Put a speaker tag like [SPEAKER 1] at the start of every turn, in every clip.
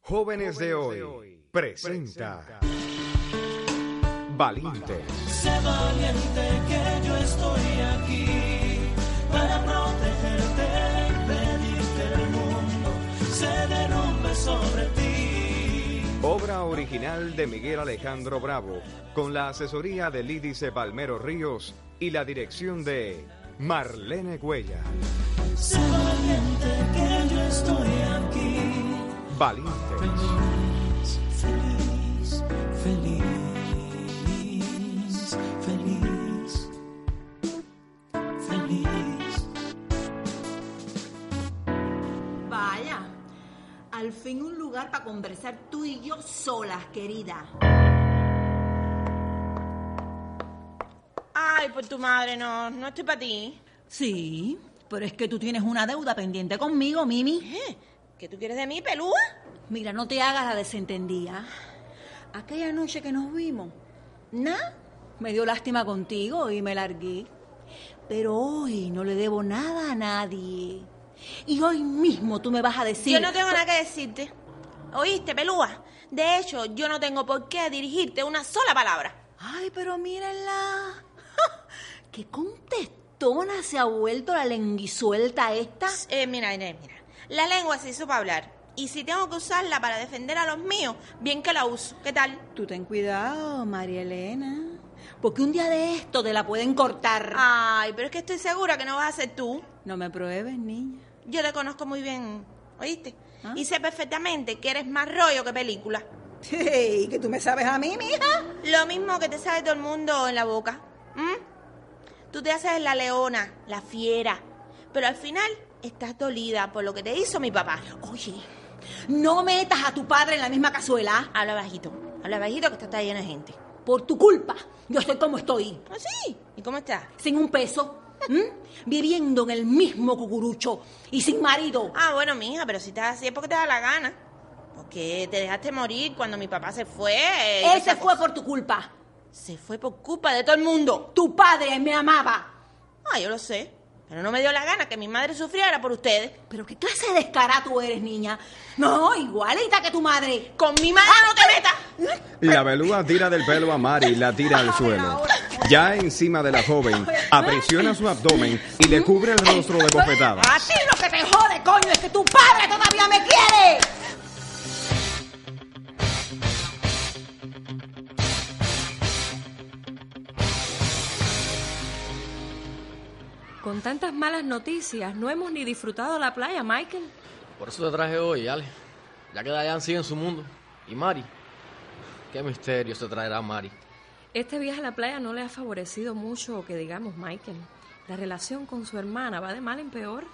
[SPEAKER 1] Jóvenes de hoy presenta Valientes.
[SPEAKER 2] Sé valiente que yo estoy aquí para protegerte y pedirte el mundo se derrumbe sobre ti.
[SPEAKER 1] Obra original de Miguel Alejandro Bravo, con la asesoría de Lídice Palmero Ríos y la dirección de Marlene Cuella.
[SPEAKER 2] Sé valiente que yo estoy aquí.
[SPEAKER 1] Valientes.
[SPEAKER 2] Feliz, feliz, feliz, feliz.
[SPEAKER 3] Vaya, al fin un lugar para conversar tú y yo solas, querida.
[SPEAKER 4] Ay, por tu madre, no, no estoy para ti.
[SPEAKER 5] Sí, pero es que tú tienes una deuda pendiente conmigo, Mimi.
[SPEAKER 4] ¿Qué? ¿Qué tú quieres de mí, pelúa?
[SPEAKER 5] Mira, no te hagas la desentendida. Aquella noche que nos vimos, nada, me dio lástima contigo y me largué. Pero hoy no le debo nada a nadie. Y hoy mismo tú me vas a decir...
[SPEAKER 4] Yo no tengo nada que decirte. ¿Oíste, pelúa? De hecho, yo no tengo por qué dirigirte una sola palabra.
[SPEAKER 5] Ay, pero mírenla. ¡Ja! ¡Qué contestona se ha vuelto la lenguisuelta esta!
[SPEAKER 4] Eh, mira, mira, mira. La lengua se hizo para hablar. Y si tengo que usarla para defender a los míos, bien que la uso. ¿Qué tal?
[SPEAKER 5] Tú ten cuidado, María Elena. Porque un día de esto te la pueden cortar.
[SPEAKER 4] Ay, pero es que estoy segura que no vas a ser tú.
[SPEAKER 5] No me pruebes, niña.
[SPEAKER 4] Yo te conozco muy bien, ¿oíste?
[SPEAKER 5] Ah.
[SPEAKER 4] Y sé perfectamente que eres más rollo que película.
[SPEAKER 5] Hey, que tú me sabes a mí, mija.
[SPEAKER 4] Lo mismo que te sabe todo el mundo en la boca. ¿m? Tú te haces la leona, la fiera, pero al final estás dolida por lo que te hizo mi papá.
[SPEAKER 5] Oye, no metas a tu padre en la misma cazuela.
[SPEAKER 4] Habla bajito, habla bajito que esto está lleno de gente.
[SPEAKER 5] Por tu culpa, yo estoy como estoy.
[SPEAKER 4] ¿Ah, sí? ¿Y cómo estás?
[SPEAKER 5] Sin un peso. ¿m? Viviendo en el mismo cucurucho. Y sin marido.
[SPEAKER 4] Ah, bueno, mija, pero si estás así es porque te da la gana. Porque te dejaste morir cuando mi papá se fue. eh, y
[SPEAKER 5] Ese
[SPEAKER 4] esa
[SPEAKER 5] fue
[SPEAKER 4] cosa.
[SPEAKER 5] por tu culpa.
[SPEAKER 4] Se fue por culpa de todo el mundo.
[SPEAKER 5] Tu padre me amaba.
[SPEAKER 4] Ah, yo lo sé. Pero no me dio la gana que mi madre sufriera por ustedes.
[SPEAKER 5] Pero qué clase de descarada tú eres, niña. No, igualita que tu madre. Ah,
[SPEAKER 4] ¡Con mi madre no te metas!
[SPEAKER 1] La belúa tira del pelo a Mari y la tira al suelo. Ya encima de la joven, aprisiona su abdomen y le cubre el rostro de bofetadas.
[SPEAKER 5] A ti lo que te jode, coño, es que tu padre todavía me quiere.
[SPEAKER 6] Con tantas malas noticias, no hemos ni disfrutado la playa, Michael.
[SPEAKER 7] Por eso te traje hoy, Ale. Ya que Dayan sigue en su mundo. ¿Y Mari? ¿Qué misterio se traerá Mari?
[SPEAKER 6] Este viaje a la playa no le ha favorecido mucho, que digamos, Michael. La relación con su hermana va de mal en peor.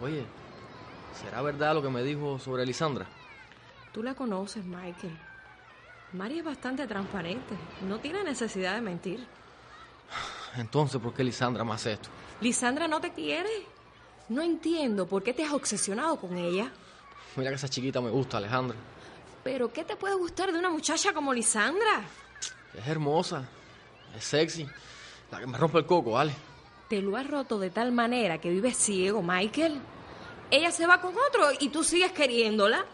[SPEAKER 7] Oye, ¿será verdad lo que me dijo sobre Lisandra?
[SPEAKER 6] Tú la conoces, Michael. Mari es bastante transparente, no tiene necesidad de mentir.
[SPEAKER 7] Entonces, ¿por qué Lisandra me hace esto?
[SPEAKER 6] Lisandra no te quiere. No entiendo por qué te has obsesionado con ella.
[SPEAKER 7] Mira que esa chiquita me gusta, Alejandra.
[SPEAKER 6] Pero ¿qué te puede gustar de una muchacha como Lisandra?
[SPEAKER 7] Es hermosa, es sexy. La que me rompe el coco, Ale.
[SPEAKER 6] Te lo has roto de tal manera que vives ciego, Michael. Ella se va con otro y tú sigues queriéndola.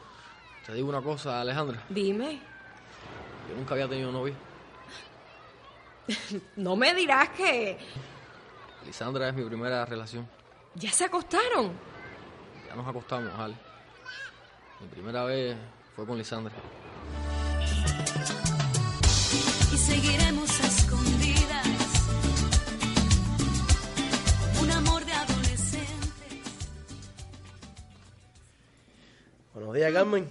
[SPEAKER 7] Te digo una cosa, Alejandra.
[SPEAKER 6] Dime,
[SPEAKER 7] Yo nunca había tenido novia.
[SPEAKER 6] no me dirás que
[SPEAKER 7] Lisandra es mi primera relación.
[SPEAKER 6] ya se acostaron.
[SPEAKER 7] Ya nos acostamos, Ale. Mi primera vez fue con Lisandra.
[SPEAKER 8] y seguiremos a escondidas. Un amor de adolescentes.
[SPEAKER 9] Buenos días, Carmen.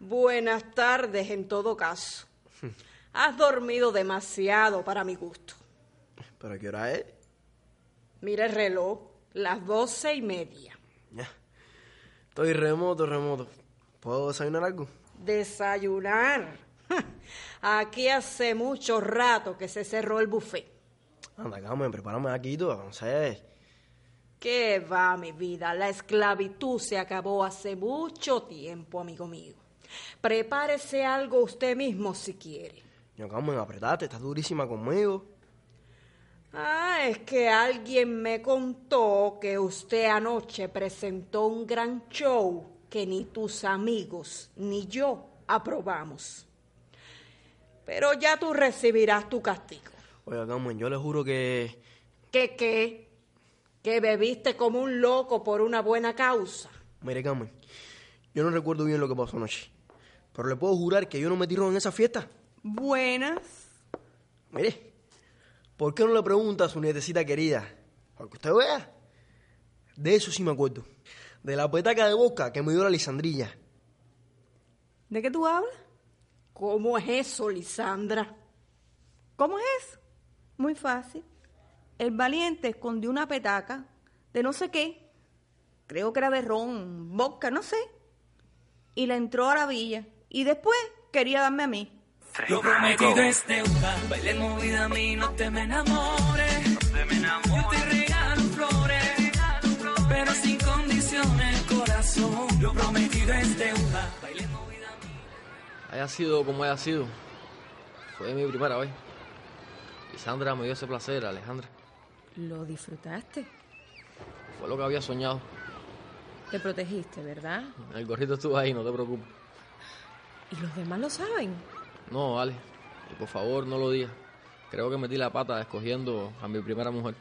[SPEAKER 10] Buenas tardes en todo caso. Has dormido demasiado para mi gusto.
[SPEAKER 9] ¿Pero qué hora es?
[SPEAKER 10] Mira el reloj, las doce y media.
[SPEAKER 9] Ya. Estoy remoto, remoto. ¿Puedo desayunar algo?
[SPEAKER 10] Desayunar. Aquí hace mucho rato que se cerró el buffet.
[SPEAKER 9] Anda, Carmen, prepárame aquí, tú. No sé.
[SPEAKER 10] ¿Qué va, mi vida? La esclavitud se acabó hace mucho tiempo, amigo mío. Prepárese algo usted mismo si quiere.
[SPEAKER 9] Yo, Carmen, apretate. Estás durísima conmigo.
[SPEAKER 10] Ah, es que alguien me contó que usted anoche presentó un gran show que ni tus amigos ni yo aprobamos. Pero ya tú recibirás tu castigo.
[SPEAKER 9] Oiga, Carmen, yo le juro que...
[SPEAKER 10] ¿Qué qué? Que bebiste como un loco por una buena causa.
[SPEAKER 9] Mire, Carmen, yo no recuerdo bien lo que pasó anoche. Pero le puedo jurar que yo no metí rojo en esa fiesta.
[SPEAKER 11] Buenas.
[SPEAKER 9] Mire, ¿por qué no le pregunta a su nietecita querida? Para que usted vea. De eso sí me acuerdo. De la petaca de boca que me dio la Lisandrilla.
[SPEAKER 11] ¿De qué tú hablas?
[SPEAKER 10] ¿Cómo es eso, Lisandra?
[SPEAKER 11] ¿Cómo es eso? Muy fácil. El valiente escondió una petaca de no sé qué. Creo que era de ron, boca, no sé. Y le entró a la villa. Y después quería darme a mí.
[SPEAKER 2] Lo prometido es deuda, baile movida a mí, no te me enamores. Yo te regalo flores, pero sin condiciones, corazón. Lo prometido es deuda, baile movida a mí.
[SPEAKER 7] Haya sido como haya sido. Fue mi primera vez. Y Sandra me dio ese placer, Alejandra.
[SPEAKER 6] Lo disfrutaste.
[SPEAKER 7] Fue lo que había soñado.
[SPEAKER 6] Te protegiste, ¿verdad?
[SPEAKER 7] El gorrito estuvo ahí, no te preocupes.
[SPEAKER 6] Y los demás lo saben.
[SPEAKER 7] No, Ale. Y por favor, no lo digas. Creo que metí la pata escogiendo a mi primera mujer.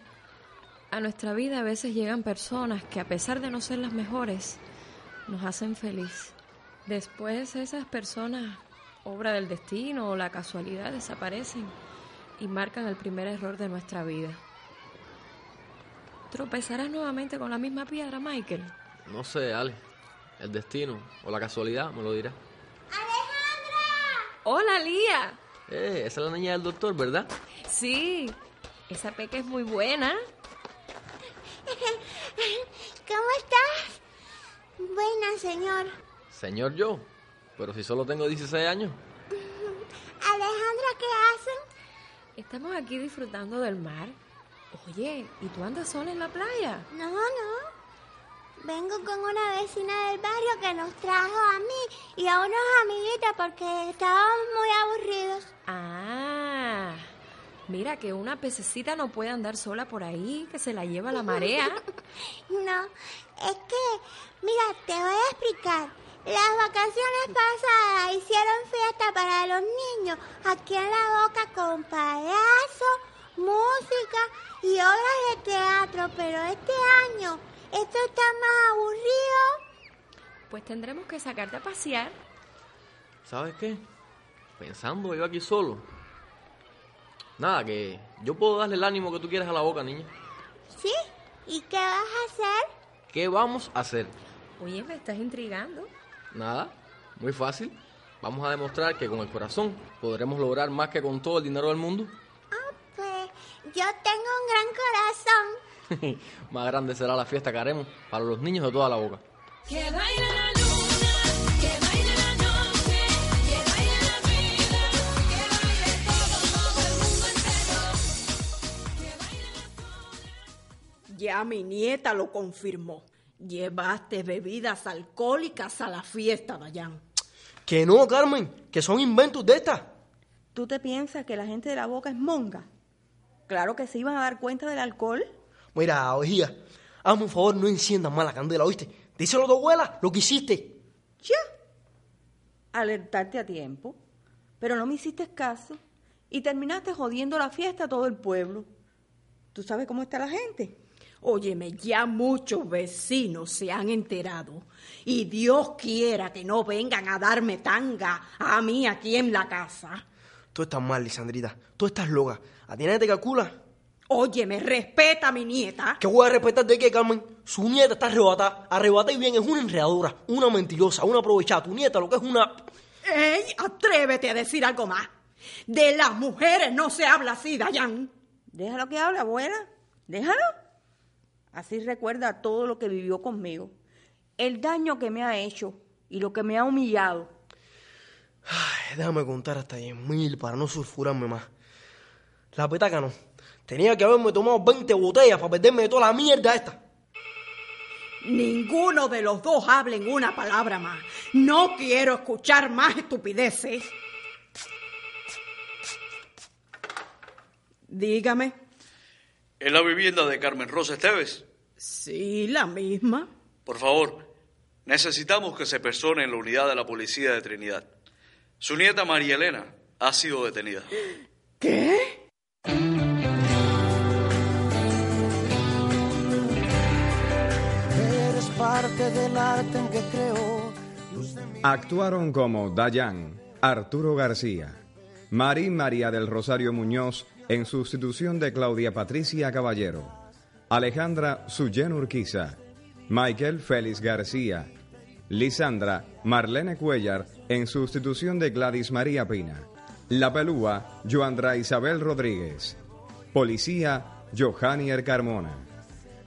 [SPEAKER 6] A nuestra vida a veces llegan personas que a pesar de no ser las mejores, nos hacen feliz. Después esas personas, obra del destino o la casualidad, desaparecen y marcan el primer error de nuestra vida. ¿Tropezarás nuevamente con la misma piedra, Michael?
[SPEAKER 7] No sé, Ale. El destino o la casualidad me lo dirá.
[SPEAKER 6] Hola, Lía.
[SPEAKER 7] Eh, esa es la niña del doctor, ¿verdad?
[SPEAKER 6] Sí, esa peca es muy buena.
[SPEAKER 12] ¿Cómo estás? Buena, señor.
[SPEAKER 7] Señor yo. Pero si solo tengo 16 años.
[SPEAKER 12] Alejandra, ¿qué hacen?
[SPEAKER 6] Estamos aquí disfrutando del mar. Oye, ¿y tú andas sola en la playa?
[SPEAKER 12] No, no. Vengo con una vecina del barrio que nos trajo a mí y a unos amiguitos porque estábamos muy aburridos.
[SPEAKER 6] Ah, mira que una pececita no puede andar sola por ahí, que se la lleva la marea.
[SPEAKER 12] No, es que, mira, te voy a explicar. Las vacaciones pasadas hicieron fiesta para los niños aquí en la boca con payasos, música y obras de teatro, pero este año esto está más aburrido.
[SPEAKER 6] Pues tendremos que sacarte a pasear.
[SPEAKER 7] ¿Sabes qué? Pensando yo aquí solo. Nada, que yo puedo darle el ánimo que tú quieras a la boca, niña.
[SPEAKER 12] ¿Sí? ¿Y qué vas a hacer?
[SPEAKER 7] ¿Qué vamos a hacer?
[SPEAKER 6] Oye, me estás intrigando.
[SPEAKER 7] Nada, muy fácil. Vamos a demostrar que con el corazón podremos lograr más que con todo el dinero del mundo.
[SPEAKER 12] Pues yo tengo un gran corazón.
[SPEAKER 7] más grande será la fiesta que haremos para los niños de toda la boca.
[SPEAKER 8] Que baile la luna, que baile la noche, que baile la vida, que baile todo, todo el mundo entero.
[SPEAKER 10] Ya mi nieta lo confirmó. Llevaste bebidas alcohólicas a la fiesta, Dayan.
[SPEAKER 9] Que no, Carmen, que son inventos de estas.
[SPEAKER 11] ¿Tú te piensas que la gente de la boca es monga? Claro que se iban a dar cuenta del alcohol.
[SPEAKER 9] Mira, Ojía, hazme un favor, no enciendas más la candela, ¿oíste? Díselo a tu abuela lo que hiciste.
[SPEAKER 11] Ya. Alertarte a tiempo. Pero no me hiciste caso. Y terminaste jodiendo la fiesta a todo el pueblo. ¿Tú sabes cómo está la gente?
[SPEAKER 10] Óyeme, ya muchos vecinos se han enterado. Y Dios quiera que no vengan a darme tanga a mí aquí en la casa.
[SPEAKER 9] Tú estás mal, Lisandrita. Tú estás loca. ¿A ti nadie te calcula?
[SPEAKER 10] Óyeme, respeta a mi nieta.
[SPEAKER 9] Que voy a respetar de qué, Carmen. Su nieta está arrebatada. Arrebatada y bien, es una enredadora, una mentirosa, una aprovechada. Tu nieta lo que es una...
[SPEAKER 10] ¡Ey! Atrévete a decir algo más. De las mujeres no se habla así, Dayan.
[SPEAKER 11] Déjalo que hable, abuela. Déjalo. Así recuerda todo lo que vivió conmigo. El daño que me ha hecho y lo que me ha humillado.
[SPEAKER 9] Ay, déjame contar hasta 10.000 para no sulfurarme más. La petaca no. Tenía que haberme tomado 20 botellas para perderme de toda la mierda esta.
[SPEAKER 10] Ninguno de los dos hablen una palabra más. No quiero escuchar más estupideces. Dígame.
[SPEAKER 13] ¿Es la vivienda de Carmen Rosa Esteves?
[SPEAKER 10] Sí, la misma.
[SPEAKER 13] Por favor, Necesitamos que se persone en la unidad de la policía de Trinidad. Su nieta María Elena ha sido detenida.
[SPEAKER 14] Eres parte del arte en que creo.
[SPEAKER 1] Actuaron como Dayan, Arturo García, Marín María del Rosario Muñoz en sustitución de Claudia Patricia Caballero, Alejandra Suyen Urquiza, Michael Félix García, Lisandra Marlene Cuellar en sustitución de Gladys María Pina, La Pelúa Joandra Isabel Rodríguez, Policía Johannier Carmona.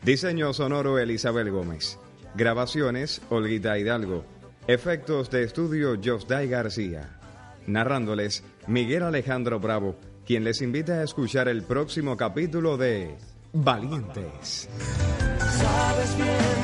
[SPEAKER 1] Diseño sonoro Elizabeth Gómez. Grabaciones Olguita Hidalgo. Efectos de estudio Josday García. Narrándoles Miguel Alejandro Bravo, quien les invita a escuchar el próximo capítulo de Valientes.
[SPEAKER 14] Sabes bien